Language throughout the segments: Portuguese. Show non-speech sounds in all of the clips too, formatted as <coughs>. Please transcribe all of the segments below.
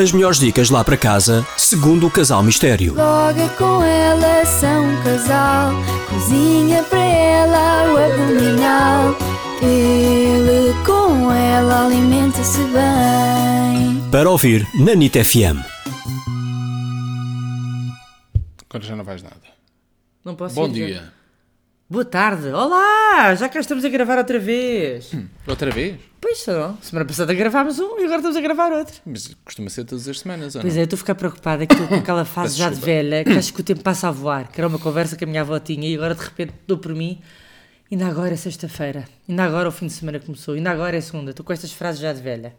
As melhores dicas lá para casa, segundo o Casal Mistério. Logo com ela são um casal, cozinha para ela o abdominal. Ele com ela alimenta-se bem. Para ouvir na NIT FM. Agora já não vais nada. Não posso Bom ir já. dia. Boa tarde. Olá! Já cá estamos a gravar outra vez. Outra vez? Pois só. Semana passada gravámos um e agora estamos a gravar outro. Mas costuma ser todas as semanas, ou Pois não? é, eu estou a ficar preocupada que estou <coughs> com aquela fase já de desculpa. velha, que acho que o tempo passa a voar, que era uma conversa que a minha avó tinha e agora de repente dou por mim. Ainda agora é sexta-feira, ainda agora o fim de semana começou, ainda agora é segunda. Estou com estas frases já de velha.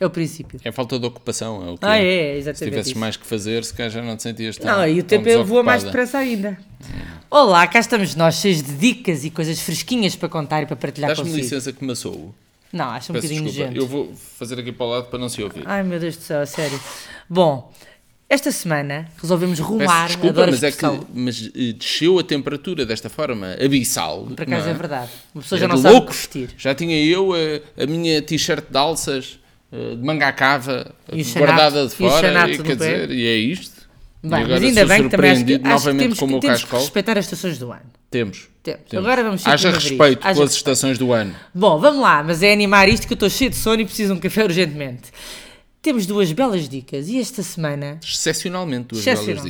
É, o princípio. É falta de ocupação, é o que Ah, é, é exatamente Se tivesses isso. mais que fazer, se calhar já não te sentias tão Não, e o tão tempo eu voa mais desocupada. depressa ainda. É. Olá, cá estamos nós, cheios de dicas e coisas fresquinhas para contar e para partilhar Dás-me consigo. licença que me assou. Não, acho um Peço bocadinho Ah, desculpa. nojento. Eu vou fazer aqui para o lado para não se ouvir. Ai meu Deus do céu, a sério. Bom, esta semana resolvemos Peço rumar, desculpa, adoro a mas é que expressão. mas, eh, desceu a temperatura desta forma abissal. Por acaso não é é? verdade. Uma pessoa É já não de sabe o que loucos. vestir. Já tinha eu eh, a, minha t-shirt de alças, eh, de manga à cava, eh, E o xanato- guardada de e o fora, xanato e, no quer pé. dizer, e é isto. E Bem, agora mas ainda sou bem que também acho que, surpreendido acho que novamente temos, com o que, meu temos que cascal. respeitar as estações do ano. Temos. Temos. Temos. Agora vamos ser Haja primaveris. respeito Haja pelas respeito. estações do ano. Bom, vamos lá, mas é animar isto que eu estou cheio de sono e preciso de um café urgentemente. Temos duas belas dicas e esta semana Excepcionalmente duas Excepcional. belas